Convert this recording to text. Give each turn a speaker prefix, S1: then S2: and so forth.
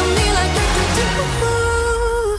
S1: on me like we could do. Ooh.